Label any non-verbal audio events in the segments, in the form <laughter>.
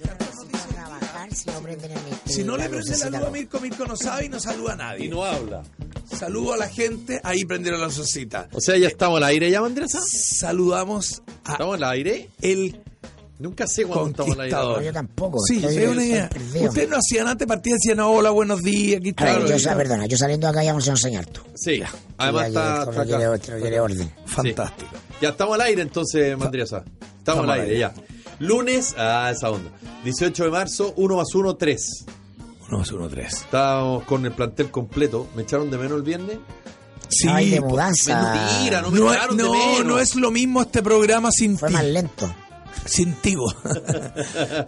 trabajar si no prenden el Si no le prende la luz a Mirko, Mirko no sabe y no saluda a nadie. Y no habla. Saludo a la gente, ahí prendieron la lucecita. O sea, ya estamos al aire ya, Mandraza. Ah. Saludamos a ¿Estamos al aire? el Nunca sé cuándo estamos al aire. Conquistador. No, yo tampoco. Sí, estoy- es una idea. estoy perdido. Ustedes no hacían antes partidas, decían hola, buenos días, aquí A ver, está. yo, sa- perdona, yo saliendo de acá ya vamos a enseñar tú. Sí. Además Ya, está, yo- está yo quiero- acá. yo quiero orden. Fantástico. Ya estamos al aire entonces, Mandriasa. Estamos, al aire, ya. Lunes, ah, esa onda. 18 de marzo, 1 más 1, 3. Uno más uno, tres. Estábamos con el plantel completo. ¿Me echaron de menos el viernes? Sí, pues, Ay, de po- mudanza. Mentira, no me no, es- echaron de no, menos. no es lo mismo este programa sin Fue ti. más lento. Sin ti, <laughs> vos.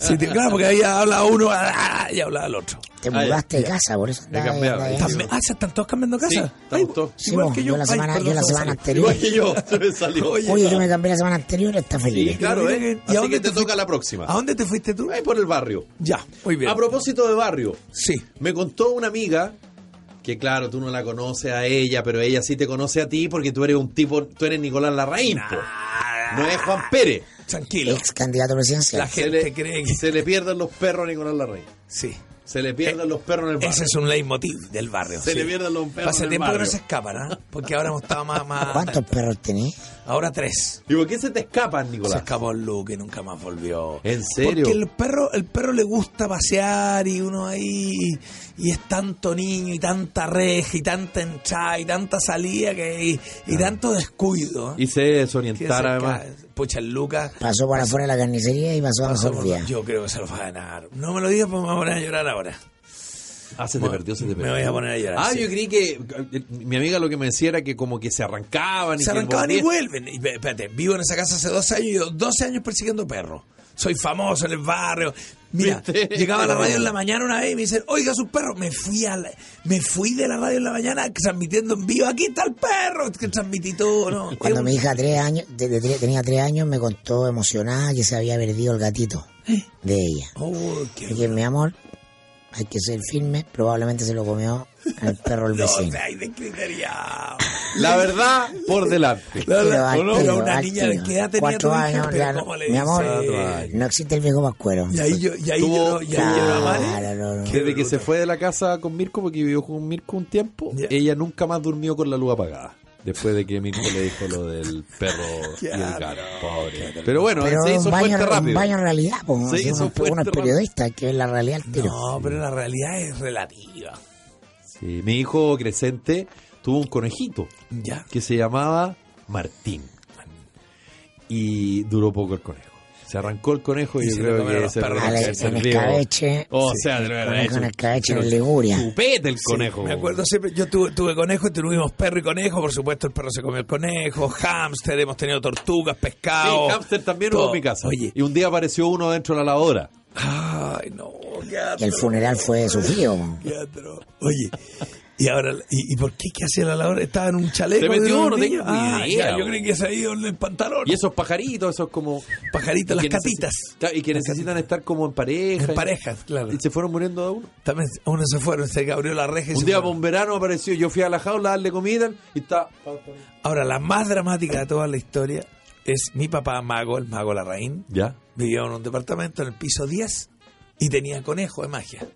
Sin ti, claro, porque ahí habla uno ah, y habla el otro. Te Ah, ya, mudaste de ya. casa, por eso. He andaba- cambiado. andaba- También- ah, ¿se están todos cambiando casa? Sí, estamos Ay, todos. Sí, vos, yo la Ay, semana- perdón, yo la se me semana salió. anterior. Igual que yo, <laughs> se me salió. Oye, yo me cambié la semana anterior, está feliz. claro, Mira, ¿eh? ¿y a Así dónde que te te fuiste? toca la próxima. ¿A dónde te fuiste tú? Ahí por el barrio. Ya, muy bien. A propósito de barrio, Sí. me contó una amiga que claro, tú no la conoces a ella, pero ella sí te conoce a ti porque tú eres un tipo, tú eres Nicolás Larraín, po. no es Juan Pérez. Tranquilo. Ex candidato presidencial. La gente cree que... Se le pierden los perros a Nicolás Larraín. Sí. Se le pierden los perros en el barrio. Eh, Ese es un leitmotiv del barrio. Se sí. le pierden los perros Pasa en el tiempo que no barrio. se escapan, ¿ah? Porque ahora hemos estado más... más- ¿Cuántos perros tenés? Ahora tres. ¿Y por qué se te escapan, Se Nicolás? escapó el Luke y nunca más volvió. ¿En serio? Porque el perro, el perro le gusta pasear y uno ahí... Y es tanto niño y tanta reja y tanta entrada y tanta salida que... Y, y tanto descuido. Y se Que desorientar se además. cae. Pucha, el Lucas... Pasó por afuera de la carnicería y pasó a pasó mejor por- día. Yo creo que se los va a ganar. No me lo digas porque me voy a poner a llorar ahora. Ah, se te Bueno, perdió, se te me perdió. voy a poner a llorar, Ah, sí. yo creí que eh, mi amiga lo que me decía era que como que se arrancaban y Se que arrancaban y volvían. vuelven. Y, ve- espérate, vivo en esa casa hace 12 años y yo 12 años persiguiendo perros. Soy famoso en el barrio. <laughs> Mira, ¿Viste? llegaba a la radio en la mañana una vez y me dicen, oiga, sus perros. Me fui, a la- me fui de la radio en la mañana transmitiendo en vivo. Aquí está el perro que transmití todo, ¿no? Es Cuando un- mi hija tres años, de- de tres- tenía tres años, me contó emocionada que se había perdido el gatito Eh. de ella. Oh, qué- Así que, mi amor, hay que ser firme. Probablemente se lo comió el perro el <laughs> No, vecino. ay, de criteriado. La verdad por delante. La- la- Pero al no, era tiro, una al niña de tiro. qué edad tenía Cuatro tu hija? años, Pero ya ¿cómo le Mi amor, dices? no existe el viejo pascuero. Y ahí yo, y ahí yo, Tuvo- y ahí yo la amare. Claro, no, no. Qué Desde que bruto. se fue de la casa con Mirko, porque vivió con Mirko un tiempo, Ya. ella nunca más durmió con la luz apagada. Después de que Mirko le dijo lo del perro <laughs> y el Claro. gato. Pobre. Pero bueno, Pero se un hizo baño, fuerte un rápido. baño en realidad, pues, Se si hizo uno, fuerte uno es rápido. periodista, hay que ver la realidad al tiro. No, pero la realidad es relativa. Sí, mi hijo Crescente tuvo un conejito Ya. que se llamaba Martín. Y duró poco el conejo. Se arrancó el conejo y, Y yo se lo creo comieron que los se perros. lo- Ale, se en sirvió. escabeche. O Oh, Sí, sea, de verdad, conejo en hecho- escabeche en pero Liguria. Chupete el conejo. Me acuerdo siempre, yo tuve, tuve conejos, tuvimos perro y conejo, por supuesto el perro se comió el conejo, hámster, hemos tenido tortugas, Sí, pescado. hámster también todo. hubo en mi casa. Oye, Y un día apareció uno dentro de la lavadora. ay no, qué Y el atro, funeral fue sufrido. qué atro. Oye, y ahora, ¿y, y por qué que hacía la labor? Estaba en un chaleco. Se de metió, un no niño. tengo ni Ah, idea, ya, yo bro. creí que se había ido en el pantalón. Y esos pajaritos, esos como. Pajaritos, las que necesi- catitas. Claro, Y que necesitan estar como en pareja. En parejas, claro. Y se fueron muriendo de a uno. También uno se fueron, se abrió la reja y Un se día fueron. bomberano apareció. Yo fui a la jaula a darle comida y está. Ahora, la más dramática de toda la historia es mi papá mago, el mago Larraín, Ya. vivía en un departamento en el piso 10 y tenía conejo de magia.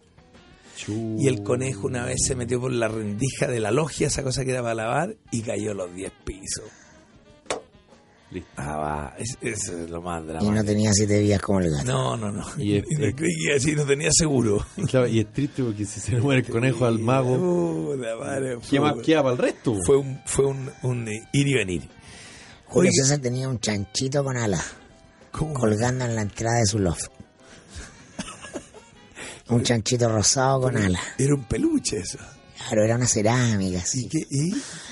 Y el conejo una vez se metió por la rendija de la logia, esa cosa que era para lavar, y cayó los 10 pisos. Listo. Ah, va. Es- Eso es lo más Y no dramático. tenía siete días como el gato. No, no, no. Y Y <laughs> es- no creí que así no tenía seguro. Claro, y es triste porque si se le muere el conejo al mago, Puta madre, ¿qué más fue- queda para el resto? Fue un, fue un, un ir y venir. Julio Oye, César tenía un chanchito con alas ¿cómo? colgando en la entrada de su <laughs> loft. Un chanchito rosado con alas. Era un peluche eso. Claro, era una cerámica, ¿Y sí. qué? ¿Y?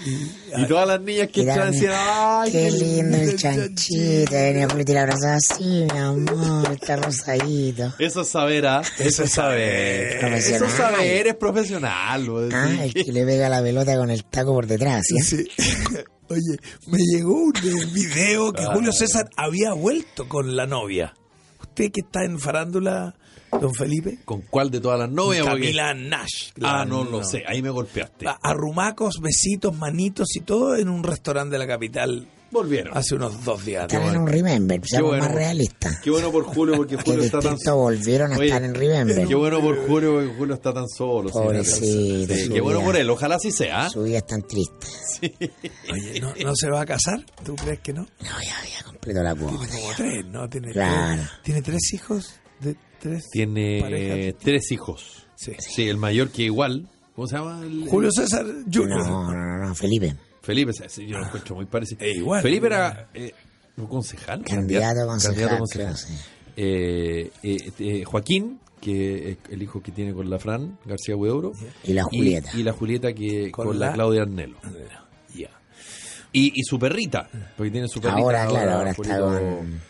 ¿Y? Y todas las niñas que Era estaban mi- diciendo, ¡ay, Qué lindo el chanchito". chanchito. Venía por tirar abrazado así, mi amor, está rosadito. Eso es saber, ¿ah? Eso es saber. Eso Profesional. es saber, es profesional. lo de- Ah, el que le pega la pelota con el taco por detrás, ¿sí? Sí. <laughs> Oye, me llegó un eh, video que Julio César había vuelto con la novia. Usted que está en farándula, don Felipe. ¿Con cuál de todas las novias? porque- Camila Nash. Ah, la no lo no- sé. Ahí me golpeaste. A- Arrumacos, besitos, manitos y todo en un restaurante de la capital Volvieron. hace unos dos días. Estaban en un Remember, Qué seamos bueno. más realistas. Qué bueno por Julio, porque Que Julio está tan... distinto volvieron a Oye, estar en Remember. Qué bueno por Julio, porque Julio está tan solo. sí, Pobrecito, sí, su Qué bueno vida. por él, ojalá así sea. ¿ah? Su vida es tan triste. Oye, ¿no, no se va a casar? ¿Tú crees que no? No, ya había completo la cuota. Como ya. tres, ¿no? Tiene, Claro. tres, ¿tiene tres hijos de tres Tiene parejas. tres hijos. Sí. Sí, el mayor que igual. ¿Cómo se llama? El- Julio César Jr. <laughs> No, no, no, Felipe. Felipe, sí, sí, yo lo encuentro muy parecido. Eh, igual. Felipe era eh, ¿no, concejal. Candidato a Candidato concejal, a concejal. creo, sí. Eh, eh, eh, Joaquín, que es el hijo que tiene con la Fran García Hueuro. Y la Julieta. Y, la Julieta que, con, Con la, la- Claudia Arnelo. Ya. Y, y su perrita, porque tiene su perrita. Ahora, claro, ahora está Julito. con-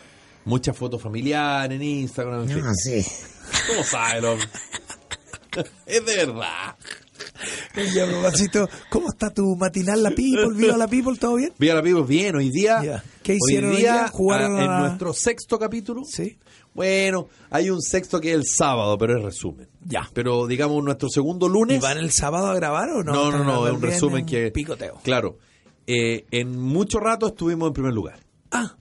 Muchas fotos familiares en Instagram. En fin. No, sí. ¿Cómo sabe, <laughs> el hombre? es de verdad. Oye, a propósito, ¿cómo está tu matinal la people? ¿Vino la people? ¿Todo bien? Vía la Pibos, bien, hoy día. Ya. ¿Qué hicieron hoy día? ¿Jugaron ah, a- en nuestro sexto capítulo? Sí. Bueno, hay un sexto que es el sábado, pero es resumen. Ya. Pero digamos nuestro segundo ¿Y lunes. van el sábado a grabar o no? no, no, Están no, es grabando un el viernes, resumen un que. Picoteo. Claro. Eh, en mucho rato estuvimos en primer lugar. Ah,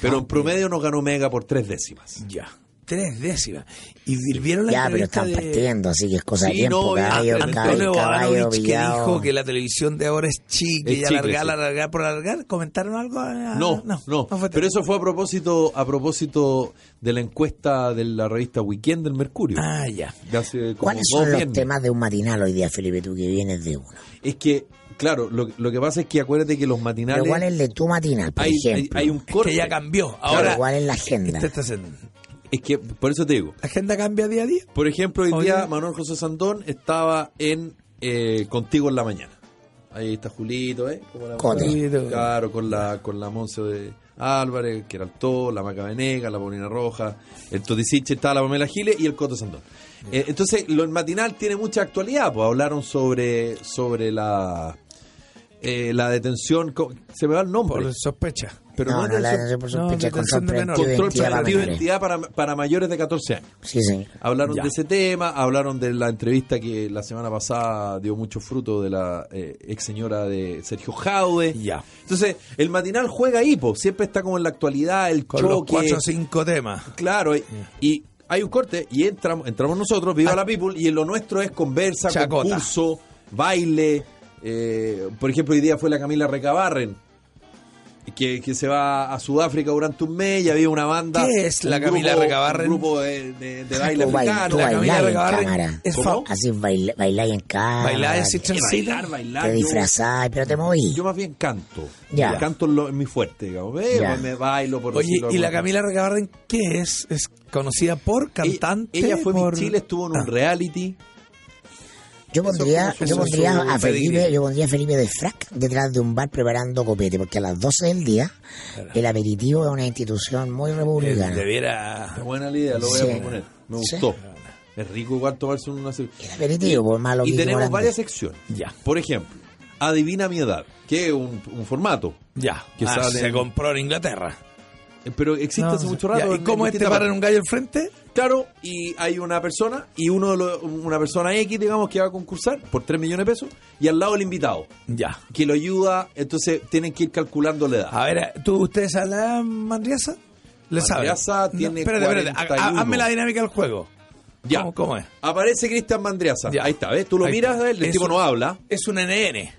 Pero en promedio nos ganó Mega por tres décimas. ya. Tres décimas. ¿Y vieron la Ya, pero entrevista están de- partiendo, así que es cosa de Sí, tiempo. no, ya, caballo, pero de caballo, Antonio caballo, Bodanovich que pillado. dijo que la televisión de ahora es chica Es y chicle, alargar, sí. alargar por alargar. ¿Comentaron algo? Ah, No, no, fue pero eso fue a propósito, a propósito de la encuesta de la revista Weekend del Mercurio. Ah, ya. de hace como ¿Cuáles dos son los viernes. temas de un matinal hoy día, Felipe, tú que vienes de uno? Es que, claro, lo, lo que pasa es que acuérdate que los Pero matinales. ¿cuál es el de tu matinal, por hay, hay, ejemplo? hay un Es corte. que ya cambió. Ahora, Ahora, ¿Cuál es la agenda? este está haciendo- Es que, por eso te digo. ¿La agenda cambia día a día? Por ejemplo, hoy Oye. día Manuel José Sandón estaba en eh, Contigo en la Mañana. Ahí está Julito, ¿eh? Como la- Cote. Julito. Claro, con la, con la Monse de Álvarez, que era Altó, la Maca Venegas, la Paulina Roja, el Totisiche, estaba la Pamela Giles y el Coto Sandón. Eh, entonces, lo el matinal tiene mucha actualidad, pues hablaron sobre, sobre la, eh, la detención. co- Se me va el nombre. Por sospecha. pero no, no, no, la detención detención- por no, sospecha con detención de menor. sorprendente control identidad para preventivo de menores. identidad para, para mayores de 14 años. Sí, señor. Hablaron Ya. de ese tema, hablaron de la entrevista que la semana pasada dio mucho fruto de la eh, ex señora de Sergio Jaude. Ya. Entonces, el matinal juega hipo, siempre está como en la actualidad, el Con los choque. cuatro o cinco temas. claro, y, y hay un corte y entramos, entramos nosotros, viva Ah. la people, y lo nuestro es conversa, Chacota. concurso, baile. eh, por ejemplo, hoy día fue la Camila Recabarren. Que, que se va a Sudáfrica durante un mes y había una banda. ¿Qué es la un Camila grupo- Recabarren? pues, Un grupo de, de- de baile Tú bail- africano. tú la la Camila bailás en Recabarren cámara. es ¿Cómo? fa- Así baila- bailáis en cámara. Bailar ese Eh, chancita. bailar, bailar. Te yo- disfrazáis, pero te moví. Yo más bien canto. Ya. Yo Canto en, lo- en mi fuerte, digamos. Eh, Ya. Me bailo por Oye, decirlo ¿y la alguna- Camila Recabarren qué es? ¿Es conocida por Ella- cantante? Ella, fue por... Ah. mi Chile, estuvo en un reality. Yo pondría, eso yo es pondría su a Felipe, pedigrí. yo pondría a Felipe de Frac detrás de un bar preparando copete, porque a las 12 del día el aperitivo es una institución muy Eh, republicana. Debiera... Está buena la idea, lo voy Sí. a proponer. Me Sí. gustó. Es rico igual tomarse una cerve- El aperitivo, por malo que Y tenemos ignorante. varias secciones. Ya. Por ejemplo, Adivina mi edad, que es un, un formato. Ya, Que ah, salen- se compró en Inglaterra. Eh, Pero existe No, hace no sé. mucho rato. Ya, ¿Y en- cómo en este distintas paran partes. un gallo al frente? Claro, y hay una persona, y uno de los- una persona X, digamos, que va a concursar por 3 millones de pesos, y al lado el invitado, Ya. que lo ayuda, entonces tienen que ir calculando la edad. A ver, eh, ¿tú, ¿ustedes hablan Mandriaza? ¿Le saben? Mandriaza tiene espérate, espérate. ha- ha- 41. Hazme la dinámica del juego. Ya. ¿Cómo, cómo es? Aparece Cristian Mandriaza, Ya. ahí está, ¿ves? Tú lo Ahí miras, está. a él, el Es tipo un- no habla, Es un NN.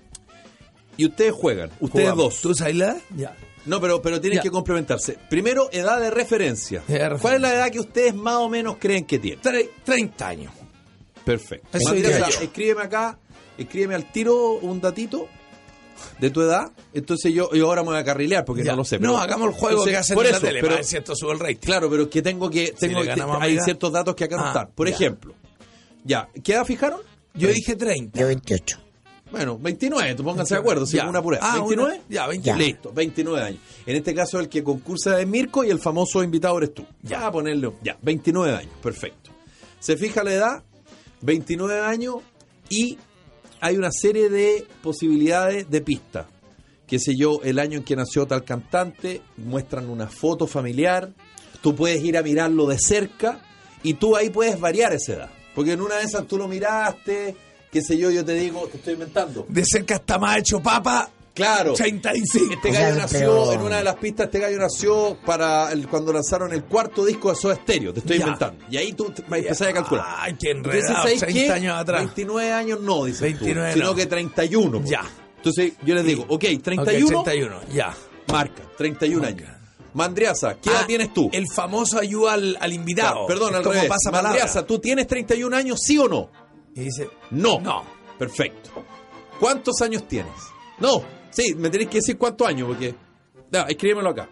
y ustedes juegan, ustedes Jugamos. dos. ¿Tú sabes la? Ya. No, pero, pero tienen Ya. que complementarse. Primero, edad de referencia. de referencia. ¿Cuál es la edad que ustedes más o menos creen que tienen? Tre- 30 años. Perfecto. Eso Matías, diría yo. escríbeme acá, escríbeme al tiro un datito de tu edad. Entonces yo, yo ahora me voy a carrilear porque Ya. no lo sé. No, pero- hagamos el juego Entonces, que hacen por en la eso, tele. pero- para ver si esto sube el rating. Claro, pero que tengo que... Tengo le que- ganamos a hay Amiga. ciertos datos que acá no Ah, están. Por ya. ejemplo, ya, ¿qué edad fijaron? Yo dije 30. Yo 28. Bueno, 29, tú pónganse de acuerdo, según una pureza. Ah, ¿29? una- ya, 20. Ya. Listo, 29 años. En este caso, el que concursa es Mirko y el famoso invitado eres tú. Ya, a ponerlo. Ya, 29 años, perfecto. Se fija la edad, 29 años y hay una serie de posibilidades de pista. Qué sé yo, el año en que nació tal cantante, muestran una foto familiar, tú puedes ir a mirarlo de cerca y tú ahí puedes variar esa edad. Porque en una de esas tú lo miraste, qué sé yo, yo te digo, te estoy inventando. De cerca está más hecho papa. Claro. 35. Este O sea, gallo es nació, peor. en una de las pistas, este gallo nació para el- cuando lanzaron el cuarto disco de Soda Stereo, te estoy Ya. inventando. Y ahí tú te- vas a empezar a calcular. Ay, qué Entonces, enredado. ¿sabes 30 qué? años atrás. 29 años no, dices 29 tú, sino no. que 31. po. Ya. Entonces yo les digo, ok, 31, Ok, 31, ya. marca, 31 años. Mandriaza, ¿qué Ah, edad tienes tú? El famoso ayuda al, al invitado. Claro, Perdón, Es al como revés. pasa palabra. Mandriaza, ¿tú tienes 31 años, sí o no? Y dice, No. No. Perfecto. ¿Cuántos años tienes? No. Sí, me tenés que decir cuántos años, porque. No, escríbemelo acá.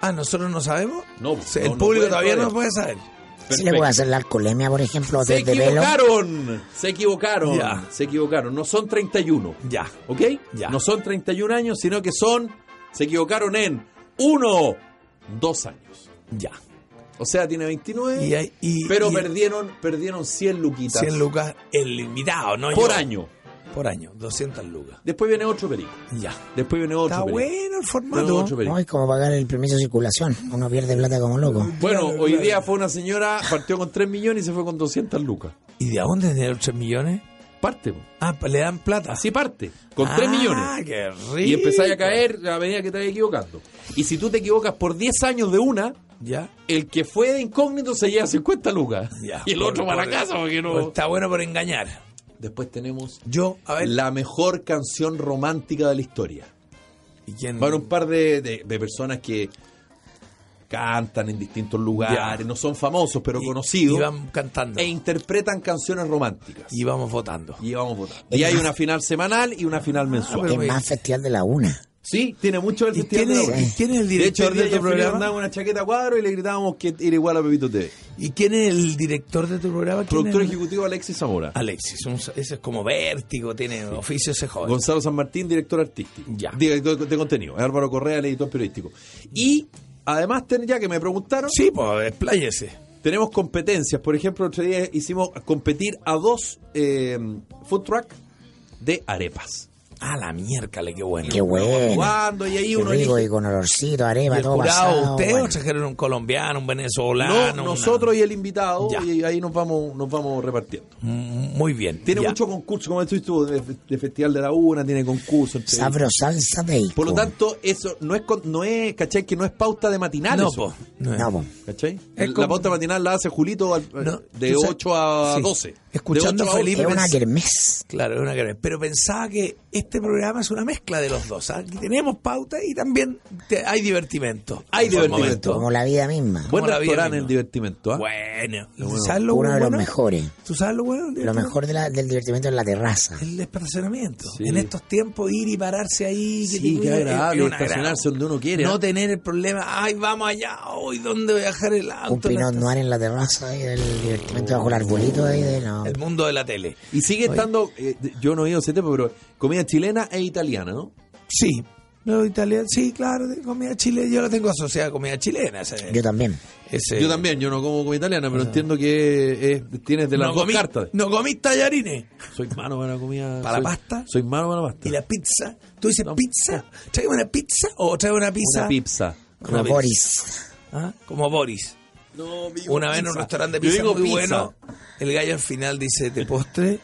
ah, nosotros no sabemos. No, O sea, no, el no público puede todavía no todavía. puede saber. Si Perfecto. le voy a hacer la alcoholemia, por ejemplo, Se desde velo. equivocaron. Se equivocaron. Ya. Se equivocaron. No son 31. Ya. ¿Ok? Ya. No son 31 años, sino que son. Se equivocaron en. Uno. Dos años. Ya. O sea, tiene 29. Y hay- y- pero y- perdieron, perdieron 100 luquitas. 100 lucas el invitado, ¿no? por yo. año. Por año, 200 lucas. Después viene otro perico. Ya. Después viene otro Está perico. bueno el Después formato. ¿eh? otro perico. No es como pagar el permiso de circulación. Uno pierde plata como loco. Bueno, Claro, hoy claro. día fue una señora, partió con 3 millones y se fue con 200 lucas. ¿Y de dónde tener 3 millones? Parte, po. Ah, pa- le dan plata. así parte, con 3 Ah, millones. qué rico. Y empezáis a caer a medida que te vas equivocando. Y si tú te equivocas por 10 años de una, Ya. el que fue de incógnito se lleva 50 lucas. ya. Y el Por- otro para por- la casa porque por- no. Está bueno por engañar. Después tenemos Yo, a ver. la mejor canción romántica de la historia. ¿Y quién? Van un par de, de- de personas que cantan en distintos lugares, Ya. no son famosos, pero Y- conocidos, Y van cantando. e interpretan canciones románticas. Y vamos votando. y vamos votando. Y hay una final semanal y una final mensual. Ah, pero- Es más festival de la una. sí, tiene mucho del ¿Y festival quién, de la es, UNI. Unión. y quién es el De hecho, director de, de tu programa? andaba una chaqueta a cuadro y le gritábamos que era igual a Pepito TV. ¿Y quién es el director de tu programa? ¿Quién Productor es? ejecutivo Alexis Zamora. Alexis, un- ese es como vértigo, tiene oficio ese joven. Gonzalo San Martín, director artístico. Ya. Director de contenido. Álvaro Correa, el editor periodístico. Y además, ten- ya que me preguntaron, Sí, pues, expláyese. tenemos competencias. Por ejemplo, el otro día hicimos competir a dos eh, food truck de arepas. Ah, la miércale, qué bueno. Qué bueno. Jugando y ahí Qué uno rico elige y con olorcito, ¿Y arepa, el todo jurado, pasado. usted bueno. o trajeron un colombiano, un venezolano? No, una- nosotros y el invitado, Ya. y ahí nos vamos, nos vamos repartiendo. Mm, Muy bien. Tiene ya. mucho concurso, como decís tú, de, de Festival de la Una, tiene concurso. entrevista. Sabro salsa de Por lo tanto, eso no es, con- no es, ¿cachai? Que no es pauta de matinal. No, eso, po, no es. No, po. ¿Cachai? Es la como- pauta matinal la hace Julito al- No, de tú sabes- 8 a sí. 12. De Escuchando ocho a Felipe es una pens- kermés. Claro, es una gran. Pero pensaba que este programa es una mezcla de los dos. ¿ah? Aquí tenemos pauta y también te- hay divertimento. Hay Por divertimento. momento. Como la vida misma. Buen como la vida restaurante el misma. divertimento. ¿ah? Bueno, ¿sabes lo Uno de los bueno? mejores. ¿Tú sabes lo bueno? Lo mejor de la- del divertimento es la terraza. El estacionamiento. Sí. En estos tiempos, ir y pararse ahí. que Sí, te- qué es- es agradable un agrado. estacionarse donde uno quiere. No ¿ah? tener el problema, ay, vamos allá, hoy, ¿dónde voy a dejar el auto? Un pinot No, noir en la terraza y el divertimento bajo el arbolito ahí de no. El mundo de la tele. Y sigue estando, eh, de- yo no he ido a ese tema, pero comida chilena e italiana, ¿no? Sí. Lo italiano, sí, claro, de comida chilena. Yo la tengo asociada a comida chilena. ese- Yo también. ese- Yo también, yo no como comida italiana, pero entiendo que es- tienes de las Ah. no dos comí, cartas. No comí tallarines. Soy malo para la comida. ¿Para soy- la pasta? Soy malo para la pasta. Y la pizza. ¿Tú dices pizza? ¿Trae una pizza o trae una pizza? Una pizza. Como Una Boris. ¿Ah? Como Boris. No, Una vez en un restaurante de pizza muy bueno, el gallo al final dice, de postre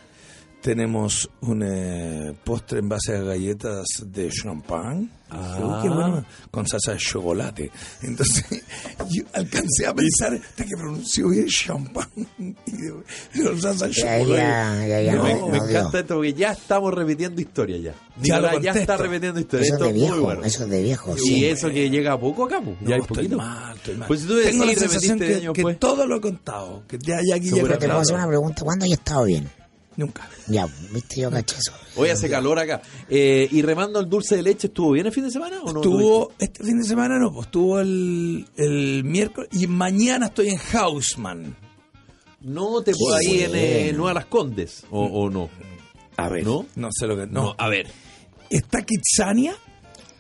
tenemos un eh, postre en base a galletas de champán. Ah. Dije, "Uy, qué bueno", Con salsa de chocolate. Entonces <laughs> yo alcancé a pensar hasta que pronunció bien champán. <laughs> Y digo, "Pero salsa de Y ahí chocolate. ya- y ahí ya No, me, no, me no dio. encanta esto porque ya estamos repitiendo historia ya. Ya lo Nicolás ya contesto. está repitiendo historia. Eso es esto de es muy viejo. bueno. Eso es de viejo. y Sí. eso que llega a poco acá, pues. No, ya hay estoy poquito. mal, estoy mal. Pues si tú decís, Tengo la sensación repetiste que, años, que pues. todo lo he contado. Que ya, ya aquí Súper Pero ya te claro. puedo hacer una pregunta. ¿Cuándo he estado bien? Nunca. Ya, viste, yo caché eso. Hoy hace calor acá. Eh, ¿Y remando el dulce de leche estuvo bien el fin de semana o no? Estuvo este fin de semana, no, pues estuvo el, el miércoles y mañana estoy en Hausman. No te puedo ahí en eh, Nueva Las Condes, o, o no. Mm. A ver. ¿No? ¿No? sé lo que. No. No, a ver. Está Kitsania.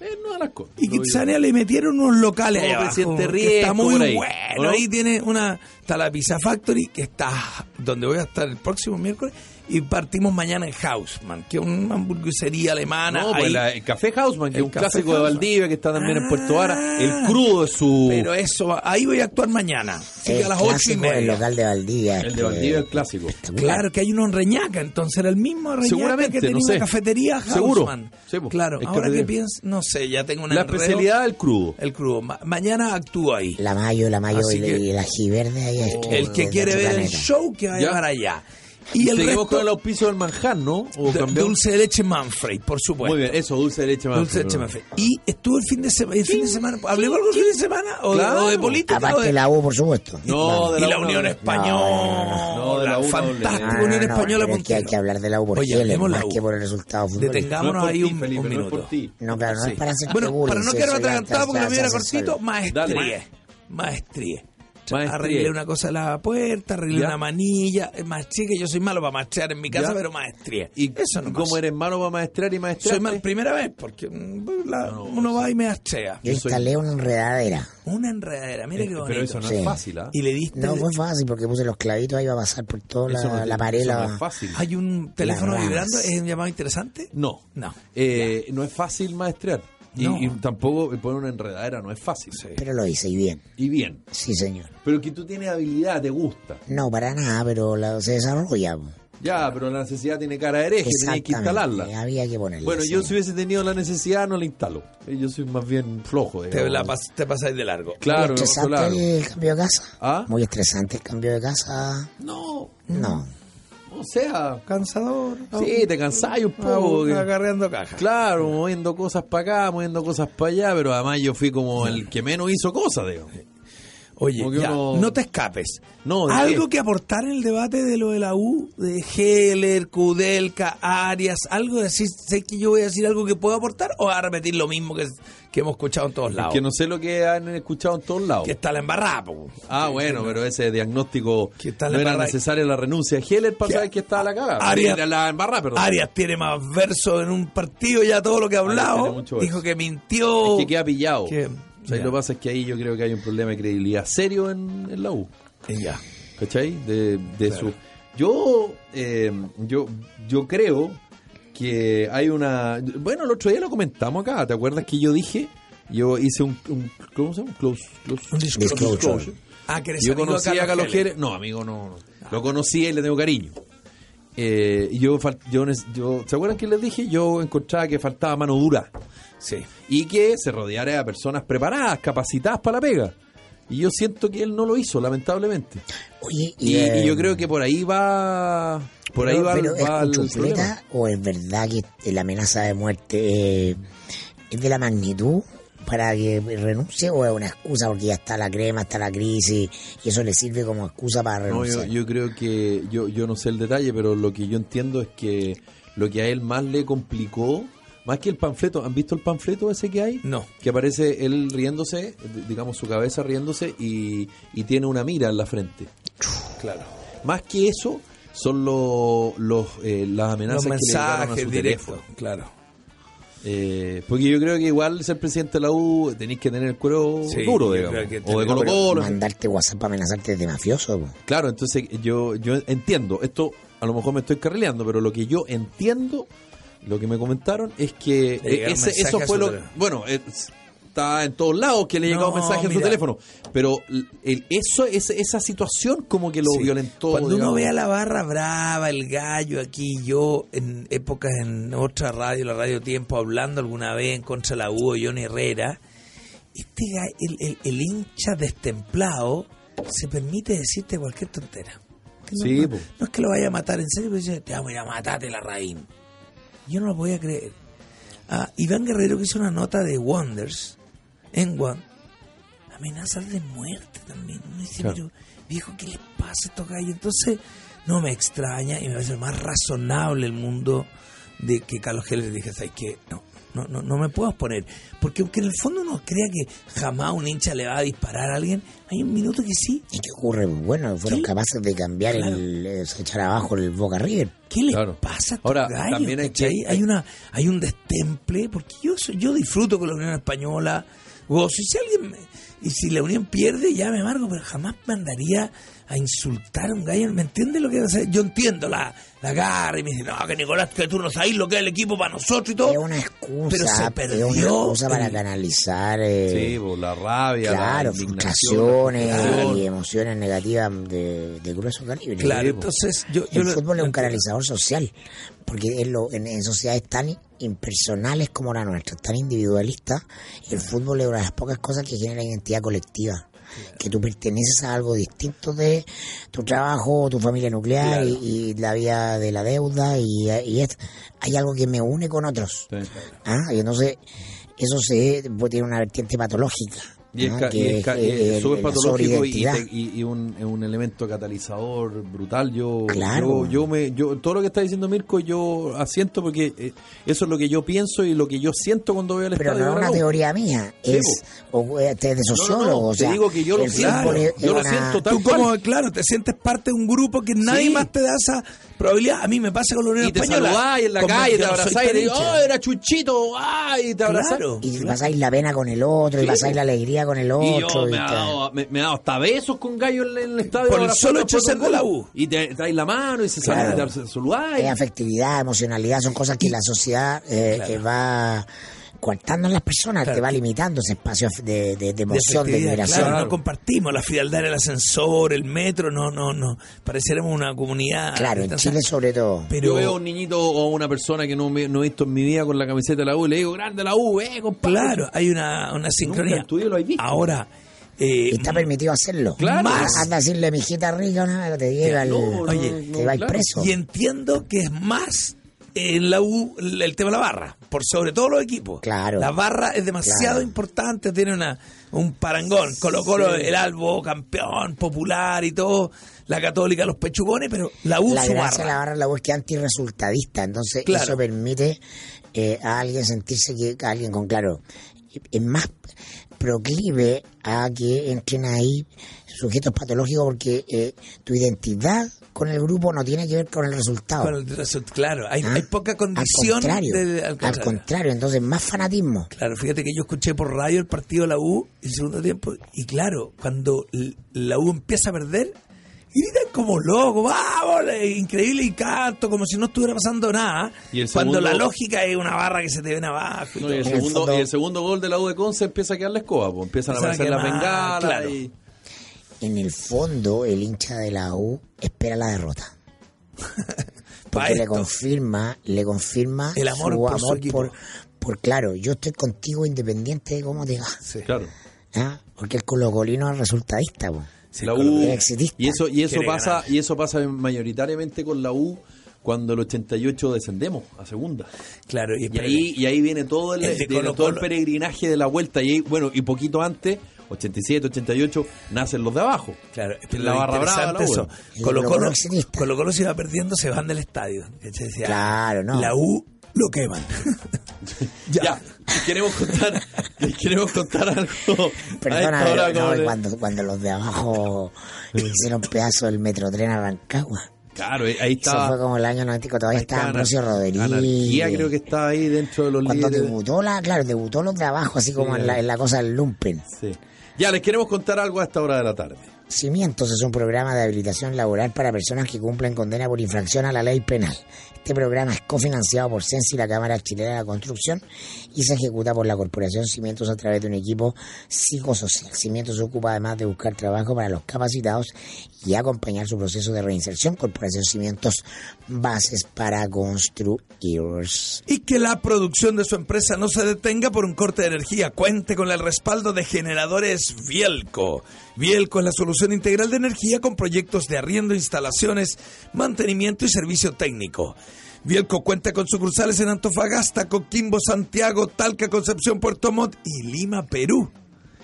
En Nueva Las Condes. Y lo digo. Kitsania le metieron unos locales Como ahí abajo, presidente que Riesco, Está muy por ahí, bueno. ¿o no? Ahí tiene una. Está la Pizza Factory, que está donde voy a estar el próximo miércoles. Y partimos mañana en Hausmann, que es una hamburguesería alemana. No, pues ahí. la- el Café Hausman, que El es un Café clásico de Hausmann. Valdivia, que está también en Puerto Ah. Vara. El crudo es su. Pero eso, va- ahí voy a actuar mañana. Así que El a las ocho y clásico del media. local de Valdivia. este, el que- de Valdivia es el clásico. Claro, que hay uno en Reñaca, entonces era el mismo Reñaca Seguramente, que tenía no una sé. cafetería Seguro. Hausmann. Sí, po. claro, Es ahora que cafetería. pienso, no sé, ya tengo una La especialidad del crudo. El crudo. Ma- mañana actúo ahí. La Mayo, la Mayo Así y, que- y la Giverde ahí es Oh. el que es quiere otro ver el Oh, planeta. show que vaya Ya. para allá. Y el Seguimos resto, con el auspicio del Manhattan, ¿no? O d- cambiamos. dulce de leche Manfred, por supuesto. Muy bien, eso, dulce de leche Dulce de leche Manfred. Manfred. Y estuvo el fin de semana, el fin de semana, ¿hablemos algo del fin de semana? ¿O, de- Claro. o de política? o Aparte de- la U, por supuesto. No, de y la una Unión doble. Española. No, de la una fantástica doble. Unión Española. Ah, pero es que hay que puntera. hablar de la U por Oye, Chile, hablemos la más U. que por el resultado futbolístico. Detengámonos No es por ahí ti, un, Felipe, un no es minuto. por ti. No, claro, no Sí. es para hacer Bueno, para no quedarme atragantado porque la mía era cortito, Dale. maestría. Maestría. Maestría. Arreglé una cosa de la puerta, arreglé Ya. una manilla, eh, maestría, que yo soy malo para maestrear en mi casa, Ya. pero maestría. ¿Y eso no cómo eres malo para maestrar y Eh, maestrar? Soy mal primera vez, porque mm, la- No, uno va y me maestrea. Yo instalé una enredadera. Una enredadera, mira qué bonito. Eh, Pero eso no Sí. es fácil, ¿ah? Y le diste... No fue fácil porque puse los clavitos ahí va a pasar por toda la, Eso no- la pared. eso la- no es fácil. ¿Hay un teléfono Las vibrando? ramas. ¿Es un llamado interesante? No. No. Eh, no es fácil maestrar. Y, No. y tampoco poner una enredadera no es fácil. Pero lo hice y bien. Y bien. Sí, señor. Pero que tú tienes habilidad, te gusta. No, para nada, pero la- se desarrolla. po. Ya, pero la necesidad tiene cara de hereje, tenés que instalarla. Había que ponerla. Bueno, sí. yo si hubiese tenido la necesidad no la instalo. Eh, Yo soy más bien flojo. Te, digamos. la pas- te pasáis de largo. Muy Claro, me paso estresante largo. el cambio de casa. ¿Ah? Muy estresante el cambio de casa. No, No. o sea, Cansador. sí, te cansás un ah, poco. que- agarreando cajas. Claro, moviendo cosas para acá, moviendo cosas para allá, pero además yo fui como el que menos hizo cosas, digo. Oye, Como que ya, uno- no te escapes. No, ¿de algo qué? que aportar en el debate de lo de la U, de Heller, Kudelka, Arias, algo de decir, sé que yo voy a decir algo que puedo aportar o a repetir lo mismo que, que hemos escuchado en todos lados. Que no sé lo que han escuchado en todos lados. Que está la embarrada, po. Ah, bueno, pero ese diagnóstico ¿Qué tal no la era embarra- necesaria la renuncia de Heller para ¿Qué? saber que estaba la cagada. Arias- Era la embarra, perdón. Arias tiene más versos en un partido ya todo lo que ha Arias tiene hablado. mucho verso. Dijo que mintió. Es que queda pillado. Que- O sea, y ya. lo que pasa es que ahí yo creo que hay un problema de credibilidad serio en, en la U. Eh, Ya. ¿Cachai? De, de su... Yo, eh, yo, yo creo que hay una... Bueno, el otro día lo comentamos acá. ¿Te acuerdas que yo dije? Yo hice un... un- ¿Cómo se llama? Close, close- Un disclosure. disclosure. Ah, que eres Yo amigo Ah. de conocí a Carlos Jerez. No, amigo, no. no. Lo conocía y le tengo cariño. Eh, y yo, fal- yo, nes- yo, ¿Se acuerdan que les dije? Yo encontraba que faltaba mano dura Sí. y que se rodeara de personas preparadas, capacitadas para la pega. Y yo siento que él no lo hizo, lamentablemente. Oye, Y, eh, y yo creo que por ahí va. Por ahí pero- va, el- pero va el ¿Es problema. chufleta o es verdad que la amenaza de muerte eh, es de la magnitud para que renuncie o es una excusa porque ya está la crema, está la crisis y eso le sirve como excusa para No, yo, renunciar? yo creo que. Yo, yo no sé el detalle, pero lo que yo entiendo es que lo que a él más le complicó. Más que el panfleto, ¿han visto el panfleto ese que hay? No. Que aparece él riéndose, d- digamos su cabeza riéndose y, y tiene una mira en la frente. Claro. Más que eso, son lo- los, eh, las amenazas Los que le llegaron a mensajes su directos. teléfono. Claro. Eh, porque yo creo que igual ser presidente de la U tenéis que tener el cuero Sí, duro, yo digamos. creo que O de tenemos- Colo Colo. Mandarte WhatsApp para amenazarte de mafioso. po. Claro, entonces yo, yo entiendo, esto a lo mejor me estoy carrileando, pero lo que yo entiendo, lo que me comentaron es que Le llegaron eh, ese- mensajes eso a su fue lo... teléfono. Bueno, es- está en todos lados que le ha llegado No, mensaje a su mira. teléfono, pero el- el- eso es- esa situación como que lo Sí. violentó. Cuando uno digamos. ve a la barra brava, el gallo aquí, yo en épocas en otra radio, la radio Tiempo, hablando alguna vez en contra la U, John Herrera, este ga- el, el, el hincha destemplado se permite decirte cualquier tontera. Que no- Sí, no, po. no es que lo vaya a matar en serio, pero dice, te vamos a ir a matarte la raíz. Yo no lo podía creer. Ah, Iván Guerrero que hizo una nota de Wonders en One amenazas de muerte también. Uno dice, Claro. pero viejo, ¿qué les pasa a estos gallos? Entonces, no me extraña y me parece más razonable el mundo de que Carlos Heller dije, ¿sabes qué? No, no, no, no me puedo exponer. Porque aunque en el fondo uno crea que jamás un hincha le va a disparar a alguien, hay un minuto que sí. ¿Y qué ocurre? Pues Bueno, fueron Sí. capaces de cambiar Claro. el, eh, se echar abajo el Boca River. ¿Qué les Claro. pasa a Ahora, Tocayo, también hay cachai? que- hay una hay un destemple porque yo soy- yo disfruto con la Unión Española gozo y si alguien me- y si la Unión pierde ya me amargo pero jamás mandaría a insultar a un gallo ¿me entiendes lo que o sea, yo entiendo la la garra y me dice no que Nicolás que tú no sabes lo que es el equipo para nosotros y todo Es una excusa, pero se es una perdió excusa para el- canalizar. eh, Sí, pues, la rabia, Claro, la indignación, la frustraciones eh, frustración. y emociones negativas de, de grueso calibre. claro Sí, po. entonces yo, yo El lo- fútbol es un canalizador social, porque es lo- en, en sociedades tan impersonales como la nuestra, tan individualistas, el fútbol es una de las pocas cosas que genera identidad colectiva. Que tú perteneces a algo distinto de tu trabajo, tu familia nuclear y, y la vida de la deuda. Y, y es- hay algo que me une con otros. Sí. ¿ah? Y entonces, eso se puede tiene una vertiente patológica. Y es, ¿ah? ca- que y es ca- y es el- súper la patológico y, sobreidentidad. te- y- y un, es un elemento catalizador brutal. Yo, Claro. yo, yo me, yo, todo lo que está diciendo Mirko, yo asiento porque eh, eso es lo que yo pienso y lo que yo siento cuando veo el Pero estadio. no es de la una U. teoría mía, Sí, es o, eh, te- de sociólogo. No, no, no, o te sea, digo que yo lo el siento, fútbol es- yo es lo una- siento tanto. Tú Tal cual. como, claro, te sientes parte de un grupo que nadie Sí. más te da esa probabilidad. A mí me pasa con la Unión Y te Española. saludáis en la Como calle, yo te no soy abrazáis y tan te digo, hincha. ¡oh, era Chuchito! ¡ay! Y te Claro. abrazáis. Y pasáis la pena con el otro, y pasáis la alegría con el Y otro. yo y me ha, tal. dado, me, me ha dado hasta besos con gallo en, en el estadio. Por el abrazando solo hecho de después ser de la un gol. U. Y te traes la mano y se Claro. saludan, te saludáis. Es afectividad, emocionalidad, son cosas que la sociedad eh, eh, va coartando en las personas, Claro. te va limitando ese espacio de, de- de De emoción, de, afectividad, liberación. claro, Claro. no compartimos la frialdad en el ascensor, el metro, no, no, no. Pareciéramos una comunidad. Claro, en distancia. Chile sobre todo. Pero Yo veo a un niñito o una persona que no, me- no he visto en mi vida con la camiseta de la U y le digo, grande la U, eh, compadre. claro, hay una, una sincronía. el tuyo lo has visto. Ahora, eh, Y está permitido hacerlo. Claro. Más. Anda a decirle, mijita rica, una vez te llega el... no, oye, no, te va claro. preso. Y entiendo que es más en la U el el tema de la barra, por sobre todo los equipos. Claro. La barra es demasiado Claro. importante, tiene una un parangón. Colo Colo, el Albo, campeón, popular y todo. La Católica, los pechugones, pero la U la su gracia de barra. la barra es la búsqueda antirresultadista. Entonces, Claro. eso permite eh, a alguien sentirse que a alguien con claro es más proclive a que entren ahí sujetos patológicos porque eh, tu identidad con el grupo no tiene que ver con el resultado. Con el result- claro, hay, ¿Ah? hay poca condición Al contrario, de- al contrario. entonces más fanatismo. Claro, fíjate que yo escuché por radio el partido de la U el segundo tiempo y claro, cuando l- la U empieza a perder, gritan como loco, vamos, le- increíble y canto, como si no estuviera pasando nada, ¿ah? Y el cuando segundo- la lógica es una barra que se te viene abajo. y No, todo. y, el En el segundo, fondo- y el segundo gol de la U de Conce empieza a quedar la escoba, pues, empiezan a Empiezan a aparecer las quemar, bengalas. claro. y- En el fondo, el hincha de la U espera la derrota. Pa' porque le esto. confirma, le confirma El amor su por su amor equipo. por, por claro, yo estoy contigo independiente de cómo te va, Claro. ¿ah? porque el colocolino es resultadista, po. Sí, la con- U. es exitista. Y eso, y eso Quiere pasa, ganar. y eso pasa mayoritariamente con la U cuando el 88 descendemos a segunda. Claro, y, Y ahí, y ahí viene todo el, El de viene Colo-Colo. todo el peregrinaje de la vuelta. Y ahí, bueno, y poquito antes, 87, 88, nacen los de abajo. Claro, es la barra brava, la eso. buena. El Colo Colo-Colo Colo, exitista. Colo Colo se va perdiendo, se van del estadio. ¿cachai? O sea, Claro, no. La U lo queman. Ya. queremos contar, queremos contar algo. Perdona, a esta hora pero no, como de- cuando, cuando los de <laughs> abajo hicieron pedazo del metrotren a Rancagua. Claro, eh, ahí Eso fue está. como el año 94, todavía estaba Ambrosio Anarquía creo que Rodríguez. está ahí dentro de los Cuando líderes. debutó la, claro, debutó los de abajo, así como Sí. en, la, en la cosa del lumpen. Sí. Ya, les queremos contar algo a esta hora de la tarde. Cimientos es un programa de habilitación laboral para personas que cumplen condena por infracción a la ley penal. Este programa es cofinanciado por CENSI, la Cámara Chilena de la Construcción, y se ejecuta por la Corporación Cimientos a través de un equipo psicosocial. Cimientos se ocupa además de buscar trabajo para los capacitados y acompañar su proceso de reinserción. Corporación Cimientos, bases para construir. y que la producción de su empresa no se detenga por un corte de energía. Cuente con el respaldo de generadores Bielco. Bielco es la solución integral de energía con proyectos de arriendo, instalaciones, mantenimiento y servicio técnico. Bielco cuenta con sucursales en Antofagasta, Coquimbo, Santiago, Talca, Concepción, Puerto Montt y Lima, Perú.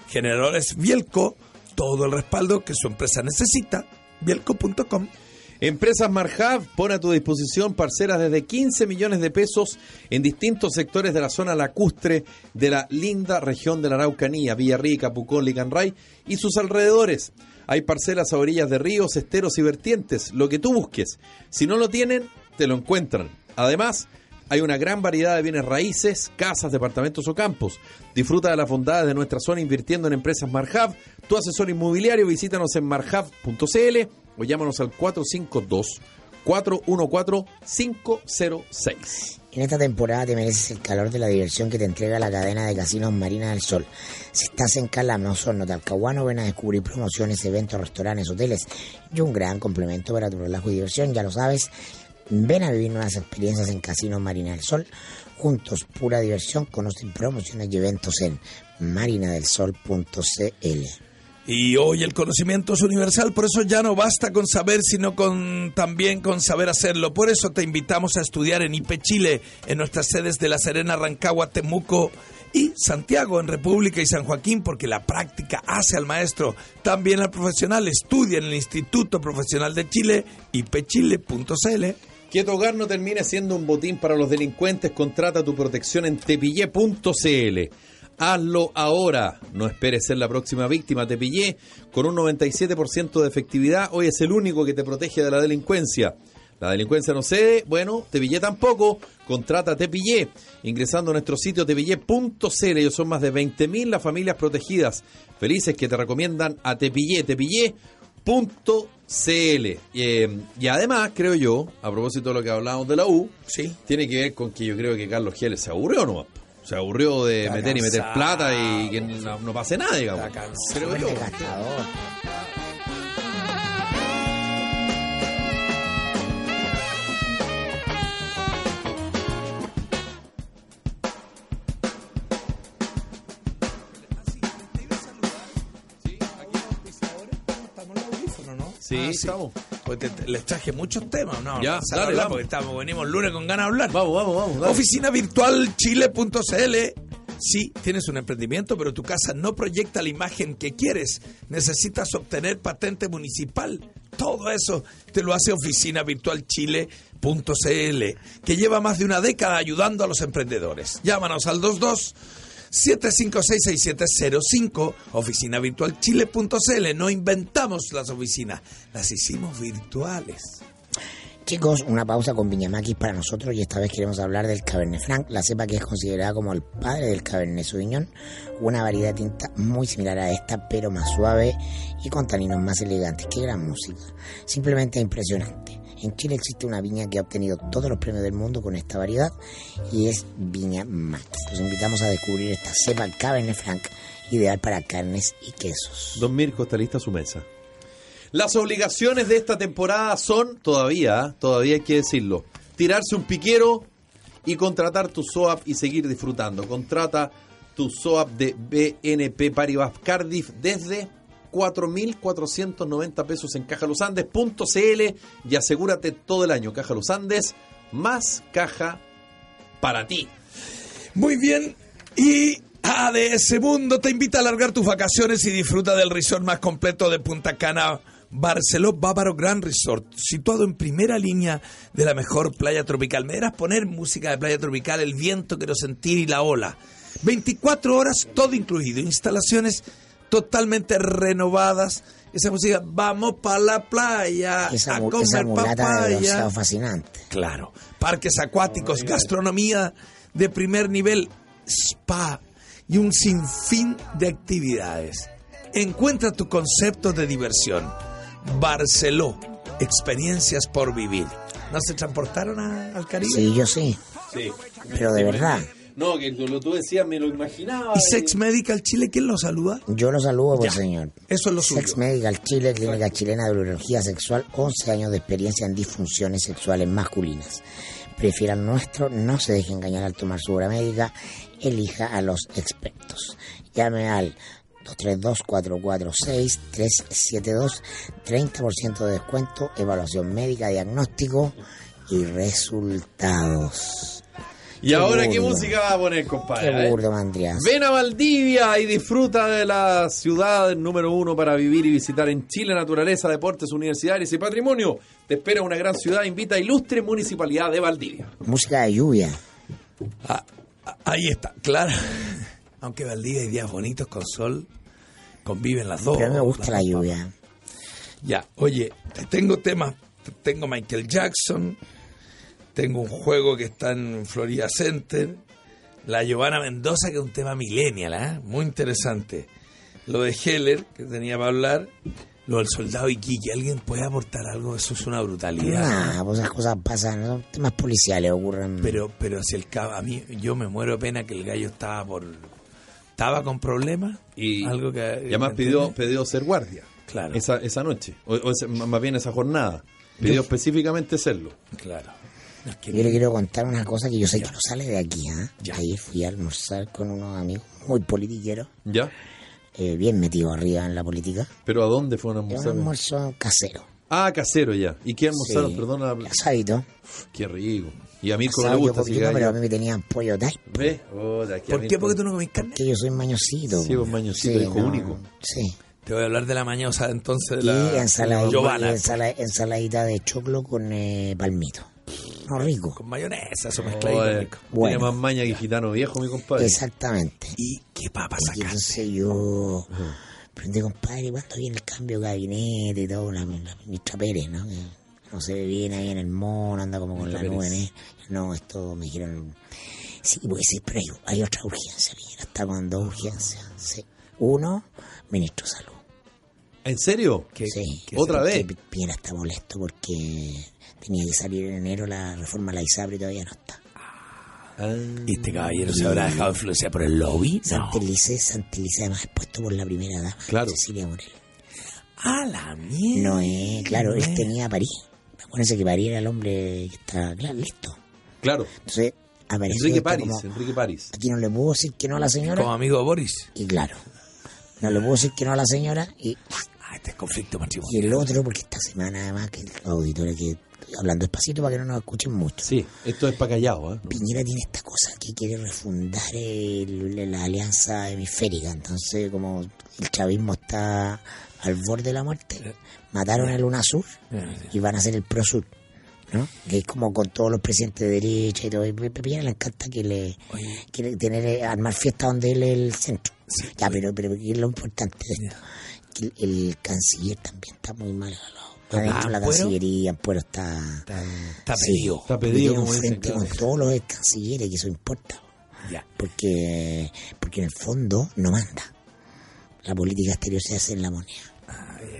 Generadores Bielco, todo el respaldo que su empresa necesita. Bielco.com Empresas Marhab pone a tu disposición parcelas desde 15 millones de pesos en distintos sectores de la zona lacustre de la linda región de la Araucanía, Villarrica, Pucón, Licanray y sus alrededores. Hay parcelas a orillas de ríos, esteros y vertientes, lo que tú busques. Si no lo tienen, te lo encuentran. Además, hay una gran variedad de bienes raíces, casas, departamentos o campos. Disfruta de las bondades de nuestra zona invirtiendo en empresas Marhab. Tu asesor inmobiliario, visítanos en marhab.cl o llámanos al 452 414 506. En esta temporada te mereces el calor de la diversión que te entrega la cadena de casinos Marina del Sol. Si estás en Calama, Osorno, Talcahuano, ven a descubrir promociones, eventos, restaurantes, hoteles y un gran complemento para tu relajo y diversión. Ya lo sabes, Ven a vivir nuevas experiencias en Casino Marina del Sol. Juntos, pura diversión, conocen promociones y eventos en marinadelsol.cl. Y hoy el conocimiento es universal, por eso ya no basta con saber, sino con también con saber hacerlo. Por eso te invitamos a estudiar en IP Chile, en nuestras sedes de La Serena, Rancagua, Temuco y Santiago en República y San Joaquín, porque la práctica hace al maestro, también al profesional. Estudia en el Instituto Profesional de Chile, ipchile.cl. Que tu hogar no termine siendo un botín para los delincuentes, contrata tu protección en tepille.cl. Hazlo ahora, no esperes ser la próxima víctima. Tepillé, con un 97% de efectividad, hoy es el único que te protege de la delincuencia. La delincuencia no cede, bueno, Tepillé tampoco, contrata Tepillé ingresando a nuestro sitio tepillé.cl. Ellos son más de 20.000 las familias protegidas, felices que te recomiendan a Tepillé, tepillé.cl. Eh, y además, creo yo, a propósito de lo que hablábamos de la U, Sí. tiene que ver con que yo creo que Carlos Gieles se aburrió nomás. Se aburrió de Está meter y meter cansado. plata y que no, no pase nada, digamos. Está cansado. Creo yo. Buen gastador. Estamos en el audífono, ¿no? Sí, estamos. Pues te- te- les traje muchos temas, ¿no? Ya, Empezar a dale, hablar, vamos. porque estamos, venimos lunes con ganas de hablar. Vamos, vamos, vamos. dale. Oficinavirtualchile.cl Si tienes un emprendimiento, pero tu casa no proyecta la imagen que quieres, necesitas obtener patente municipal. Todo eso te lo hace oficinavirtualchile.cl, que lleva más de una década ayudando a los emprendedores. Llámanos al 22 756-6705, oficinavirtualchile.cl. No inventamos las oficinas, las hicimos virtuales. Chicos, una pausa con Viñamakis para nosotros y esta vez queremos hablar del Cabernet Franc, la cepa que es considerada como el padre del Cabernet Sauvignon, una variedad de tinta muy similar a esta, pero más suave y con taninos más elegantes. Qué gran música, simplemente impresionante. En Chile existe una viña que ha obtenido todos los premios del mundo con esta variedad y es Viña Max. Los invitamos a descubrir esta cepa Cabernet Franc, ideal para carnes y quesos. Don Mirko está lista su mesa. Las obligaciones de esta temporada son, todavía, ¿eh? todavía hay que decirlo, tirarse un piquero y contratar tu SOAP y seguir disfrutando. Contrata tu SOAP de BNP Paribas Cardiff desde 4.490 pesos en cajalosandes.cl y asegúrate todo el año. Caja Los Andes, más caja para ti. Muy bien. Y ADS Mundo te invita a alargar tus vacaciones y disfruta del resort más completo de Punta Cana. Barceló Bávaro Grand Resort, situado en primera línea de la mejor playa tropical. Me deberás poner música de playa tropical, el viento quiero sentir y la ola. 24 horas, todo incluido. Instalaciones totalmente renovadas. Esa música, vamos para la playa Esa, a mu- comer esa mulata de papaya. bronceado fascinante. Claro. Parques acuáticos, gastronomía de primer nivel, spa y un sinfín de actividades. Encuentra tu concepto de diversión. Barceló, experiencias por vivir. ¿No se transportaron a- al Caribe? Sí, yo sí, Sí. pero de verdad. No, que lo tú decías me lo imaginaba. ¿Y Sex Medical Chile quién lo saluda? Yo lo saludo, pues, señor. Eso es lo suyo. Sex Medical Chile, clínica chilena de urología sexual, 11 años de experiencia en disfunciones sexuales masculinas. Prefieran nuestro, no se deje engañar al tomar su obra médica, elija a los expertos. Llame al 232-446-372, 30% de descuento, evaluación médica, diagnóstico y resultados. ¿Y ahora qué burdo. música va a poner, compadre? Qué eh? burdo, Mandriás. Ven a Valdivia y disfruta de la ciudad número uno para vivir y visitar en Chile, naturaleza, deportes, universidades y patrimonio. Te espera una gran ciudad, invita a ilustre municipalidad de Valdivia. Música de lluvia. Ah, ah, ahí está, claro. <laughs> Aunque Valdivia hay días bonitos con sol, conviven las dos. Pero a mí me gusta Las la dos lluvia. Ya, oye, te tengo temas, te tengo Michael Jackson, tengo un juego que está en Florida Center, la Giovanna Mendoza, que es un tema millennial, ¿ah? muy interesante. Lo de Heller, que tenía para hablar, lo del soldado Iquique, ¿alguien puede aportar algo? Eso es una brutalidad. Nada, pues esas cosas pasan, son temas policiales ocurren. Pero, pero si el cabo, a mí, yo me muero de pena que el gallo estaba por, estaba con problemas. Y, algo que, y además pidió, pidió ser guardia Claro. esa, esa noche, o, o ese- m- más bien esa jornada. Pidió específicamente serlo. Claro. No, es que- Yo le quiero contar una cosa que yo sé que no sale de aquí. ¿ah? Ya. Ayer fui a almorzar con unos amigos muy politiqueros, ¿Ya? eh, bien metidos arriba en la política. ¿Pero a dónde fue una Era un almorzar? almuerzo casero. Ah, casero ya. ¿Y qué almorzaron? Sí. Perdona. la- Asadito. Qué rico. Y a Mirko no le Asado yo gusta, así que... poquito, pero a gallo. mí me tenían pollo tal, ¿Ve? Hola, que a ¿Por qué? Mirko- Porque tú no comís carne. que yo soy mañosito. Sí, vos mañosito, hijo único. Sí. Te voy a hablar de la mañosa entonces de Y la ensaladita, Giovanna. ensala- ensaladita de choclo con eh, palmito. No rico. Con mayonesa, eso mezcladito Joder, rico. Bueno. Tiene más maña que gitano viejo, mi compadre. Exactamente. ¿Y qué papas Y sacaste? entonces yo pregunté, compadre, ¿cuándo viene el cambio de gabinete y todo? La, la ministra Pérez, ¿no? Que no se ve bien ahí en el mono, anda como con la Ministra nube, Pérez. ¿eh? No, esto me dijeron. Sí, puede ser, pero hay, hay otra urgencia, mira, está con dos urgencias. Sí. Uno, ministro de Salud. ¿En serio? sí. ¿Otra Porque vez? Piñera está molesto porque tenía que salir en enero la reforma a la ISAPRE y todavía no está. Ah, ¿Y este caballero se habrá dejado influenciar por el lobby? No. Santelice, Santelice además expuesto por la primera dama, Claro. Cecilia Morel. ¡A la mierda! No es, claro, este él Eh. tenía a París. Acuérdense que París era el hombre que estaba, claro, listo. claro. Entonces, apareció Enrique esto París, como, Enrique París. aquí no le puedo decir que no a la Como señora, amigo de Boris. y claro, no le puedo decir que no a la señora, y, Ah, este es conflicto y matrimonial. el otro, porque esta semana además, que los auditores que estoy hablando despacito para que no nos escuchen mucho. Sí, esto es para callado, ¿eh? Piñera tiene esta cosa que quiere refundar el- la alianza hemisférica, entonces como el chavismo está al borde de la muerte, mataron el UNASUR y van a hacer el PROSUR, ¿no? Que es como con todos los presidentes de derecha y todo, y a Piñera le encanta que le quiere tener eh, armar fiesta donde él es el centro. ya, pero, pero ¿qué es lo importante de esto? Que el, el canciller también está muy mal evaluado. Está dentro de la ¿Ampuero? cancillería, Ampuero está... Está Sí. pedido. Está Yo pedido, tengo como dicen. frente claro. con todos los ex cancilleres, que eso importa. Ya. Porque, porque en el fondo no manda. La política exterior se hace en la moneda.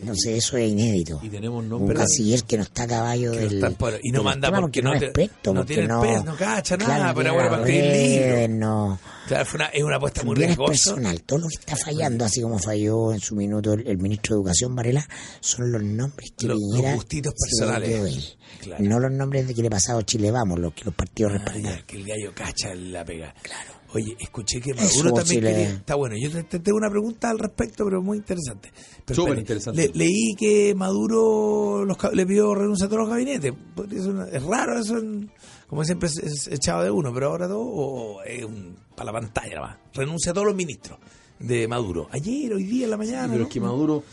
Entonces eso es inédito. Y tenemos Un nombres. canciller que no está a caballo Que no del... está por- y no del manda tema porque no te- respeto, no porque tiene el pez, no cacha nada, Claro, pero tiene bueno, las para escribir libros. redes, no. Claro, fue una- es una apuesta muy También es riesgosa. personal. Todo lo que está fallando, así como falló en su minuto el, el ministro de Educación, Varela, son los nombres que Los- los Piñera gustitos se le dio personales. él. Claro. No los nombres de que le pasaba a Chile Vamos, los que los partidos Ah, respaldaron. ya, que el gallo cacha la pega. Claro. Oye, escuché que Eso, Maduro también Chile. quería- Está bueno, yo te, te tengo una pregunta al respecto, pero muy interesante. Pero Súper espera, interesante. le- leí que Maduro los, ca- le pidió renuncia a todos los gabinetes. Podría ser una- es raro eso, en- como siempre es, es echado de uno, pero ahora todo o es un- para la pantalla nada más. Renuncia a todos los ministros de Maduro. Ayer, hoy día, en la mañana. Pero ¿no? es que Maduro.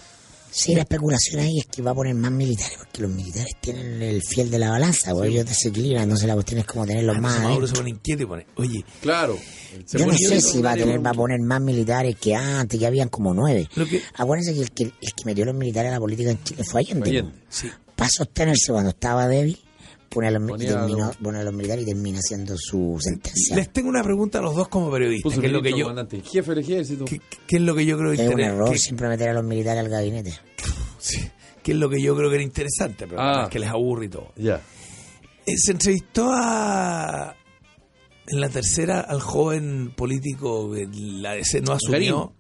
Sí, la especulación ahí es que va a poner más militares, porque los militares tienen el fiel de la balanza, porque ellos desequilibran, entonces la cuestión es como tenerlos Ah, no, más Maduro adentro. se pone inquieto y pone, oye, Claro. se Yo no pone- sé si va a, tener, va a Maduro- poner más militares que antes, que habían como nueve. Lo que- Acuérdense que el, que el que metió a los militares a la política en Chile fue Allende. Allende. sí, Para sostenerse cuando estaba débil, pone a los, mi- y Ponía a terminó- los- pone a los militares y termina haciendo su sentencia. les tengo una pregunta a los dos como periodistas, Puso que es lo que yo... comandante en jefe del ejército. ¿Qué, qué es lo que yo creo Es un interés- error que- siempre meter a los militares al gabinete. <laughs> Sí, que es lo que yo creo que era interesante, pero Ah. es que les aburre y todo. Ya. Eh, se entrevistó a en la tercera al joven político que la DC no asumió.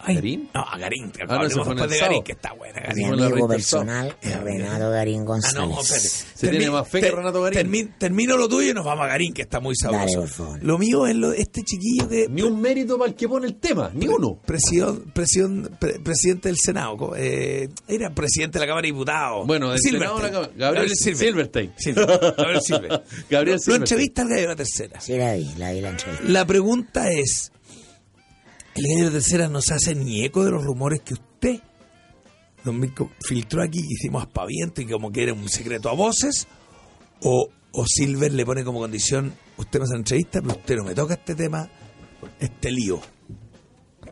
Ay, ¿Garín? No, a Garín. que Ah, no, hablemos ese fue en después el de sábado. Garín, que está buena, Sí, Mi Garín. fue la amigo Richter personal, Soft. Renato Garín Ah, no, González. espérate. Se tiene más fe que Renato Garín. termi- termino lo tuyo y nos vamos a Garín, que está muy sabroso. Dale, por favor. Lo mío es lo, este chiquillo que... Ni un mérito para el que pone el tema, ni uno. Presión, presión, pre- presidente del Senado. co- eh, era presidente de la Cámara de Diputados. Bueno, del Silverstein. Senado a la Cámara- Gabriel Silverstein. Silverstein. <laughs> Gabriel Silverstein. Gabriel Lo Silverstein. entrevista al gallo de la tercera. Sí, la vi, la vi la entrevista. La pregunta es: ¿el gallo de la tercera nos hace ni eco de los rumores que usted, don Mirko, filtró aquí y hicimos aspaviento y como que era un secreto a voces? ¿O, o Silver le pone como condición: usted me hace la entrevista, pero usted no me toca este tema, este lío?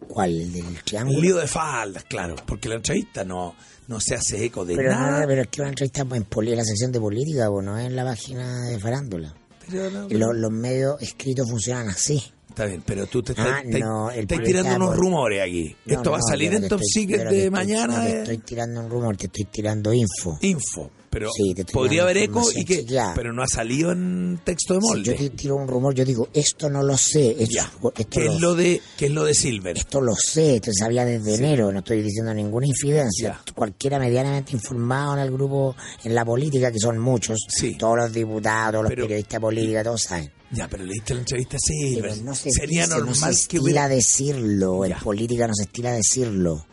¿Cuál? ¿Del Un triángulo? lío de faldas, claro, porque la entrevista no, no se hace eco de Pero, nada. no, pero es que una entrevista en, poli- en la sección de política, pues, no es en la página de farándula. Pero no- Los, los medios escritos funcionan así. Está bien, pero tú te estás, Ah, estás- no, el estás problema tirando está unos por- rumores aquí. No, Esto va a no, salir yo no en te Top estoy- yo no Secret de te estoy- mañana. No te eh, estoy tirando un rumor, te estoy tirando info. Info, pero Sí, te estoy podría dando haber eco y información que, chequeada. pero no ha salido en texto de Si molde. yo te tiro un rumor, yo digo, esto no lo sé. Esto, Ya. esto, ¿Qué lo, es lo de, qué es lo de Silver? esto lo sé, esto se sabía desde enero, no estoy diciendo ninguna infidencia. Cualquiera medianamente informado en el grupo, en la política, que son muchos, Sí. todos los diputados, todos los Pero- periodistas políticos, todos saben. Ya, pero le diste la entrevista a Pero Silver. no se, Sería dice, normal no se que estila hubiera. decirlo, en Ya. política no se estila decirlo.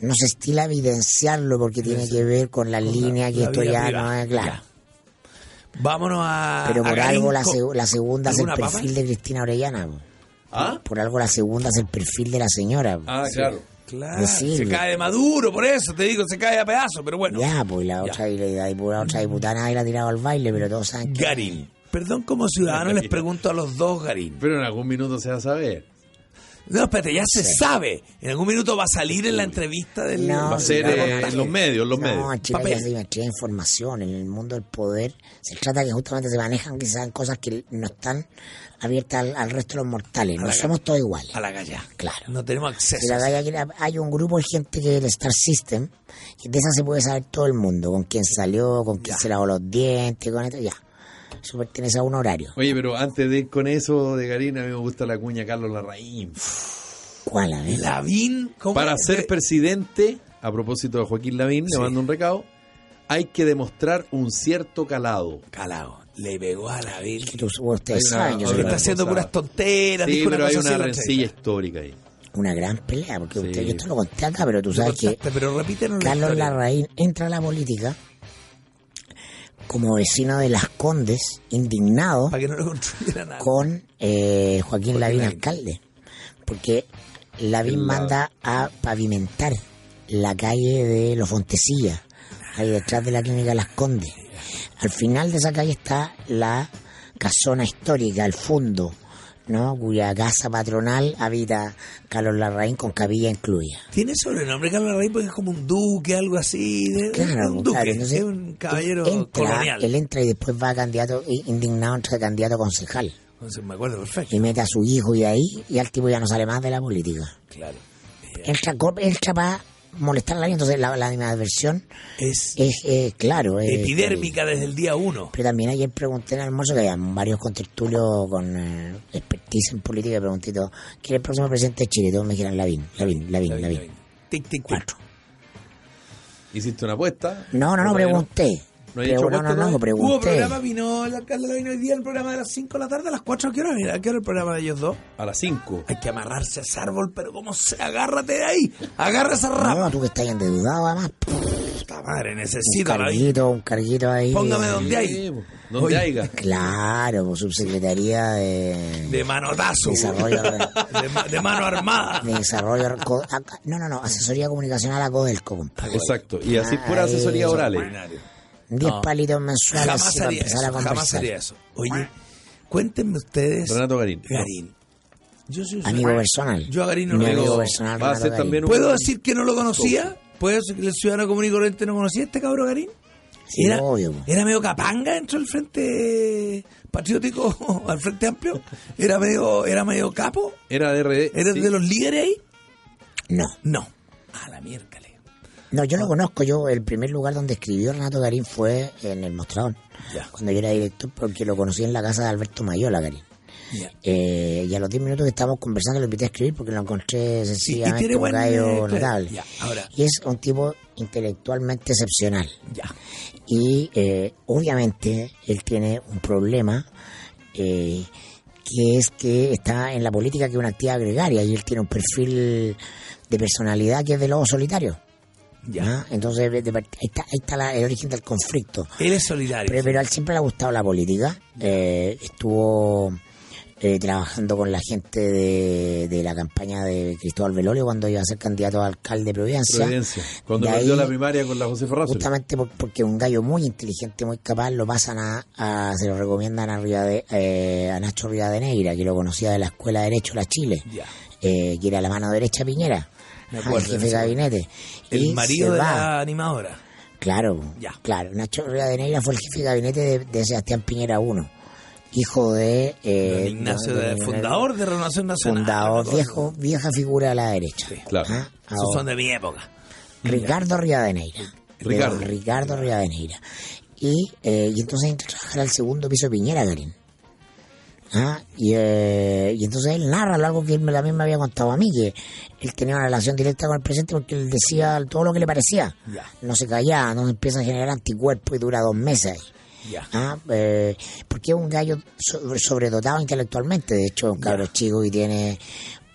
No se estila evidenciarlo porque tiene que ver con la línea que la esto vida ya privada. Ah, no es clara. Vámonos a. Pero por a algo Garín la, con- seg- la segunda es el ¿Alguna papa? perfil de Cristina Orellana. po. ¿Ah? Por algo la segunda es el perfil de la señora. po. Ah, claro. Claro, de se Silver. cae de Maduro, por eso te digo, se cae a pedazos, pero bueno. Ya, pues y la otra, y la, y la otra diputada nadie la ha tirado al baile, pero todos saben que... Garín. Perdón, como ciudadano les pregunto a los dos, Garín. Pero en algún minuto se va a saber. No, espérate, ya se sabe. En algún minuto va a salir en la entrevista del... No, Va a ser no, eh, en los medios, en los No, en medios. Chile hay Papel. una simetría de información. En el mundo del poder se trata que justamente se manejan quizás cosas que no están abiertas al, al resto de los mortales. No la somos todos iguales. A la galla. Claro. No tenemos acceso. Si la galla quiere- hay un grupo de gente que es el Star System, que de esa se puede saber todo el mundo, con quién salió, con quién se lavó los dientes, con esto, ya. Eso pertenece a un horario. Oye, pero antes de ir con eso de Garín, a mí me gusta la cuña Carlos Larraín. ¿Cuál, a ver? Lavín... ¿cómo Para es? ser presidente, a propósito de Joaquín Lavín, Sí. le mando un recado, hay que demostrar un cierto calado. Calado. Le pegó a Lavín. Que tú- ustedes Hay una- saben, yo hay soy una- Está una, haciendo cosa- puras tonteras. Sí, dijo pero hay cosa una así en la rencilla entrevista. histórica ahí. una gran pelea, porque Sí. usted- yo esto lo conté acá, pero tú Lo sabes que contaste, pero repiten Carlos Larraín entra a la política como vecino de Las Condes, indignado Para que no <laughs> lo construyeran nada. con eh, Joaquín Lavín alcalde, porque Lavín El lado. manda a pavimentar la calle de Los Fontecillas, ahí detrás de la clínica Las Condes. Al final de esa calle está la casona histórica, el fondo, ¿no? cuya casa patronal habita Carlos Larraín con cabilla incluida. Tiene sobrenombre Carlos Larraín porque es como un duque, algo así. de- es Claro, claro, un duque. entonces, es un caballero entra, colonial. Él entra y después va a candidato, i- indignado entre candidato a concejal. Entonces me acuerdo perfecto. Y mete a su hijo y ahí, y al tipo ya no sale más de la política. Claro. Entra, co- entra para molestar a la entonces la, la animadversión Es es, eh, claro. es- epidérmica desde el día uno. Pero también ayer pregunté en el almuerzo que había varios contertulios con eh, expertise en política y pregunté, todo, ¿quién es el próximo presidente de Chile? Y Todos me dijeron Lavín, Lavín, Lavín, Lavín. Tic, tic, tic. ¿Hiciste una apuesta? No, no, no, Todavía pregunté. ¿No hay hecho Pero- no, no, apuesta no, todavía? pregunté. Hubo programa, vino el alcalde Lavín hoy día, el programa de las 5 de la tarde, a las 4, ¿a qué hora era? ¿A qué hora el programa de ellos dos? A las 5. Hay que amarrarse a ese árbol, pero ¿cómo se? Agárrate de ahí, agarra esa rama. No, tú que estás endeudado además. pues, Puta madre, Un necesito a Lavín. carguito, un carguito ahí. Póngame donde hay, Donde Oye. pues, haya. Claro, por subsecretaría de de manotazo, desarrollo, <laughs> de, ma- de mano armada. de desarrollo co- a- no, no, no, asesoría comunicacional a Codelco, compadre. Exacto. Y así Ah, pura ahí. asesoría orales. Ordinario. Diez palitos mensuales así Jamás para haría empezar a eso, jamás conversar. haría eso. Oye, cuéntenme ustedes, Renato Garín. Garín. Yo soy Amigo personal. Yo a Garín no Mi lo amigo tengo. personal. Va a Renato ser Garín. también un... ¿Puedo decir que no lo conocía? ¿Puedo decir que el ciudadano común y corriente no conocía a este cabro Garín? Sí, era, obvio, pues. po. era medio capanga dentro del frente patriótico, <laughs> al frente amplio. Era medio, era medio capo. Era de RD. ¿Eres sí. de los líderes ahí? No, No. A la miércoles. no, yo lo conozco. Yo, el primer lugar donde escribió Renato Garín fue en El Mostrador. Ya. Cuando yo era director, porque lo conocí en la casa de Alberto Mayola, Garín. Yeah. Eh, y a los 10 minutos que estábamos conversando lo invité a escribir porque lo encontré sencillamente tiene un buen, gallo eh, notable. ya, ahora. Y es un tipo intelectualmente excepcional. Ya. Y eh, obviamente él tiene un problema eh, que es que está en la política que es una actividad gregaria y él tiene un perfil de personalidad que es de lobo solitario. Ya. ¿ah? Entonces de- de- ahí está, ahí está la- el origen del conflicto. Él es solidario. Pero, pero a él siempre le ha gustado la política. Eh, estuvo eh, trabajando con la gente de, de la campaña de Cristóbal Velorio cuando iba a ser candidato a alcalde de Providencia. Providencia. Cuando De perdió ahí- la primaria con la José Ferrazo. Justamente por- porque un gallo muy inteligente, muy capaz, lo pasan a, a- se lo recomiendan a, Riade- eh, a Nacho Rivadeneira, que lo conocía de la Escuela de Derecho La Chile, Ya. eh, que era la mano derecha de Piñera, Me al acuerdo, jefe me de acuerdo. gabinete. El Y marido se de va. la animadora. Claro, Ya. claro. Nacho Rivadeneira fue el jefe de gabinete de, de Sebastián Piñera I, hijo de... eh, Don Ignacio, don- de- don- fundador de Renovación Nacional. Fundador, Todo. viejo, vieja figura de la derecha. claro. Ah, Esos ahora. son de mi época. Ricardo Rivadeneira. Ricardo. Perdón, Ricardo Rivadeneira. Y, eh, y entonces entra a trabajar al segundo piso de Piñera, Karim. Ah, y, eh, y entonces él narra algo que él me, también me había contado a mí, que él tenía una relación directa con el presidente porque él decía todo lo que le parecía. Ya. No se callaba, no empieza a generar anticuerpos y dura dos meses. ahí. Ya. Ah, eh, porque es un gallo sobre- sobredotado intelectualmente, de hecho, un cabro chico y tiene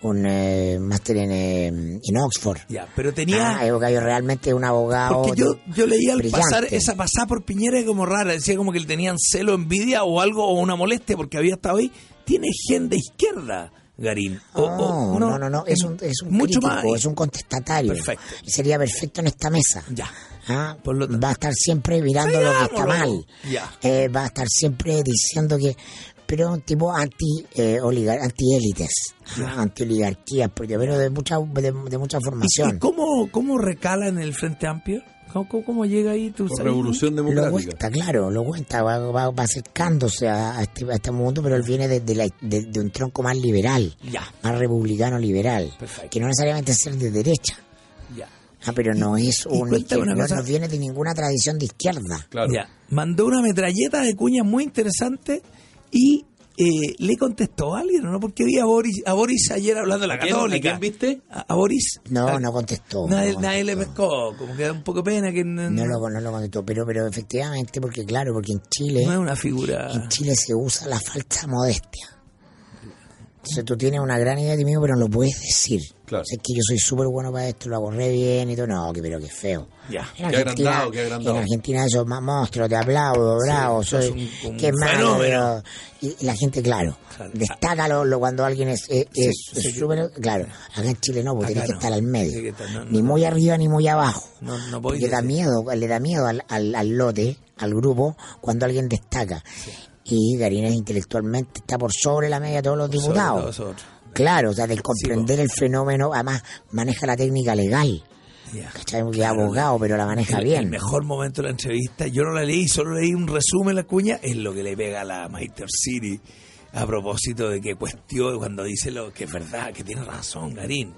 un eh, máster en, eh, en Oxford. Ya. Pero tenía. Ah, es un gallo realmente un abogado. Porque yo, yo leía al brillante. pasar esa pasada por Piñera y como rara, decía como que le tenían celo, envidia o algo, o una molestia porque había estado ahí. Tiene gen de izquierda, Garín. O- o- Oh, no, no, no, no, es un, es un oh, mucho crítico, más. es un contestatario. Perfecto. Y Sería perfecto en esta mesa. Ya. Ah, Por lo tanto- va a estar siempre mirando lo que está Veámoslo. mal. Ya. Eh, va a estar siempre diciendo que. Pero es un tipo anti eh, oligar- anti-élites, ah, anti-oligarquías, porque- pero de mucha, de, de mucha ¿Y, formación. y cómo, cómo recala en el Frente Amplio? ¿Cómo, cómo, cómo llega ahí? ¿Tú Con sabes? Revolución Lo Democrática. cuenta, claro, lo cuenta, va, va, va acercándose a, a este, a este mundo, pero él viene de, de la- de- de un tronco más liberal, Ya, más republicano liberal, Perfecto. que no necesariamente es ser de derecha, ya. ah, pero no es un cuéntame una no, cosa. no viene de ninguna tradición de izquierda. Claro. Ya. Mandó una metralleta de cuñas muy interesante y eh, le contestó a alguien, ¿o ¿no? Porque vi a Boris, a Boris ayer hablando de la ¿A quién- católica. a quién viste? A, a Boris. No, A- no contestó. Nadie, no nadie le contestó. pescó, como que da un poco pena que no, No lo, no lo contestó, pero, pero efectivamente, porque claro, porque en Chile, no es una figura. en Chile se usa la falsa modestia. Entonces tú tienes una gran idea de mí, pero no lo puedes decir. Claro. O sea, es que yo soy súper bueno para esto, lo hago re bien y todo. No, que, pero que feo. Ya. En Qué Argentina, agrandado, qué agrandado. En Argentina sos más monstruo, te aplaudo, bravo, sos soy, un- un qué malo. fenómeno. pero- y la gente, claro, Claro. destaca lo, lo cuando alguien es es- es súper... claro, acá en Chile no, porque Acá tienes que no. estar al medio. Sí que está- no, ni no. muy arriba ni muy abajo. No, no podéis porque da decir. miedo, le da miedo al, al, al lote, al grupo, cuando alguien destaca. Y Garines intelectualmente está por sobre la media de todos los todo diputados. eso otro. Claro, o sea, del comprender el fenómeno, además maneja la técnica legal. Ya. ¿Cachai? Porque es abogado, pero la maneja El, el bien. mejor momento de la entrevista, yo no la leí, solo leí un resumen la cuña, es lo que le pega a la Master City a propósito de que cuestión cuando dice lo que es verdad, que tiene razón Garín.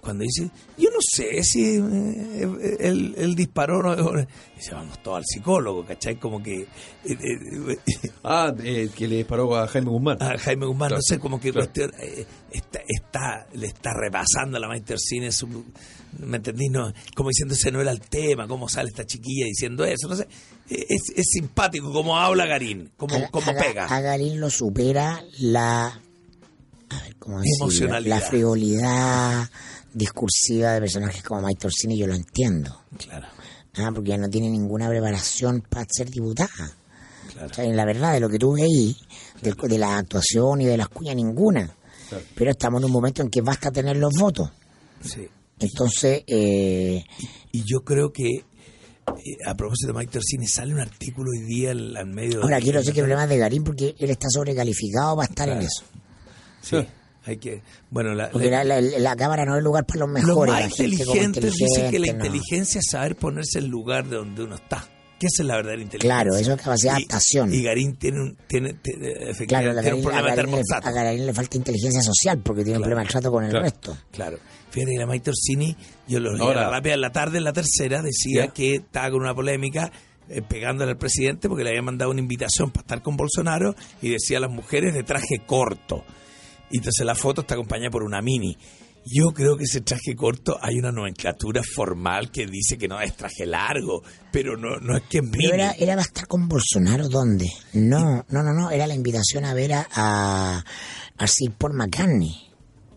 Cuando dice, yo no sé si eh, eh, él, él disparó, no, o- dice, vamos todos al psicólogo, ¿cachai? Como que eh, eh, Ah, eh, que le disparó a Jaime Guzmán. a Ah, Jaime Guzmán, Claro, no sé, como que claro. cuestión, eh, está, está, le está repasando a la Master Cine, su- ¿me entendís? No, como diciendo, ese no era el tema, cómo sale esta chiquilla diciendo eso, no sé. Eh, Es, es simpático cómo habla Garín, cómo, A- cómo a- A pega. Garín lo supera la. a ver, ¿cómo decirlo? Emocionalidad. La frivolidad discursiva de personajes como Mike Torsini, yo lo entiendo. Claro, Ah, porque ella no tiene ninguna preparación para ser diputada. claro. O sea, en la verdad, de lo que tú veí, de, de la actuación y de las cuñas, ninguna. Claro. Pero estamos en un momento en que basta tener los votos. Sí. Entonces, eh, Y yo creo que, eh, a propósito de Master Cine, sale un artículo hoy día al, al medio. ahora de- quiero decir que el problema es de Garín porque él está sobrecalificado para estar en eso. Sí, hay que. Bueno, la, Porque la- Pues la, la- la Cámara no es lugar para los los mejores. más la gente como inteligentes dicen que la inteligente, no. inteligencia es saber ponerse el lugar de donde uno está. Que esa es la verdadera inteligencia. Claro, eso es capacidad de Y- adaptación. Y Garín tiene un, tiene, tiene- claro, efectivamente, a tiene Garín, un problema a de Garín le, a termostato. Garín le falta inteligencia social porque tiene un Claro. problema de trato con el Claro. resto. Claro. Fíjate que la Maite Orsini, yo lo leí a Ahora- la rápida en la tarde, en la tercera, decía Ya. que estaba con una polémica eh, pegándole al presidente porque le había mandado una invitación para estar con Bolsonaro y decía a las mujeres de traje corto. Y entonces la foto está acompañada por una mini. Yo creo que ese traje corto hay una nomenclatura formal que dice que no es traje largo, pero no, no es que es mini. Pero era, era para estar con Bolsonaro, ¿dónde? No, no, no, no, era la invitación a ver a, a, a Sir Paul McCartney,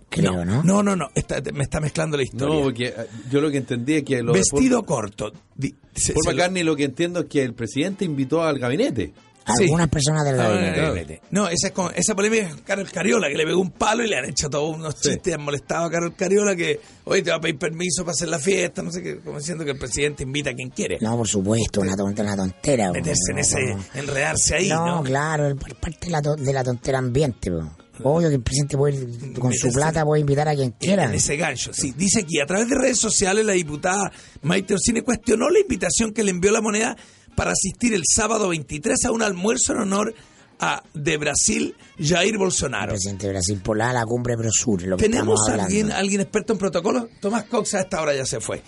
creo, ¿no? No, no, no, está- me está mezclando la historia. No, porque eh, yo lo que entendí es que... Lo de Vestido corto. Di- se- se Paul, Paul lo- McCartney lo que entiendo es que el presidente invitó al gabinete. sí. Algunas personas del Ah, gabinete. no, no, no, no. No, esa, es con- esa polémica es con Carol Cariola, que le pegó un palo y le han hecho todos unos Sí. chistes, han molestado a Carol Cariola que hoy te va a pedir permiso para hacer la fiesta, no sé qué, como diciendo que el presidente invita a quien quiere. No, por supuesto, una, ton- una tontera. po. Meterse en No, ese, no. enredarse ahí, ¿no? no, claro, el- por parte de la, to- de la tontera ambiente. po. Obvio que el presidente puede ir- con su Meterse- plata puede invitar a quien quiera. En eh, ese gancho. Sí, dice que a través de redes sociales la diputada Maite Orsini cuestionó la invitación que le envió la moneda para asistir el sábado 23 a un almuerzo en honor a de Brasil Jair El Bolsonaro. presidente de Brasil por la, la cumbre Prosur, lo que ¿Tenemos estamos hablando. alguien, alguien experto en protocolo? Tomás Cox a esta hora ya se fue.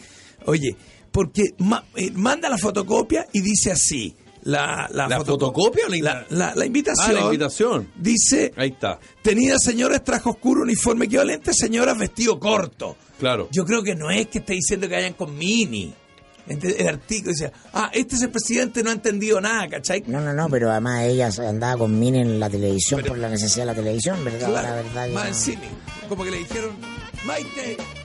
Oye, porque ma- eh, manda la fotocopia y dice así. ¿La, ¿La fotoco- fotocopia o la in- la, la- la invitación? Ah, la invitación. Dice, Ahí está. tenidas señoras, traje oscuro, uniforme equivalente, señoras, vestido corto. Claro. Yo creo que no es que esté diciendo que vayan con mini. Ente- El artículo decía, ah, este es el presidente, no ha entendido nada, ¿cachai? No, no, no, pero además ella andaba con Mine en la televisión por la necesidad de la televisión, ¿verdad? Claro, la verdad que más no. encima, como que le dijeron, Maite,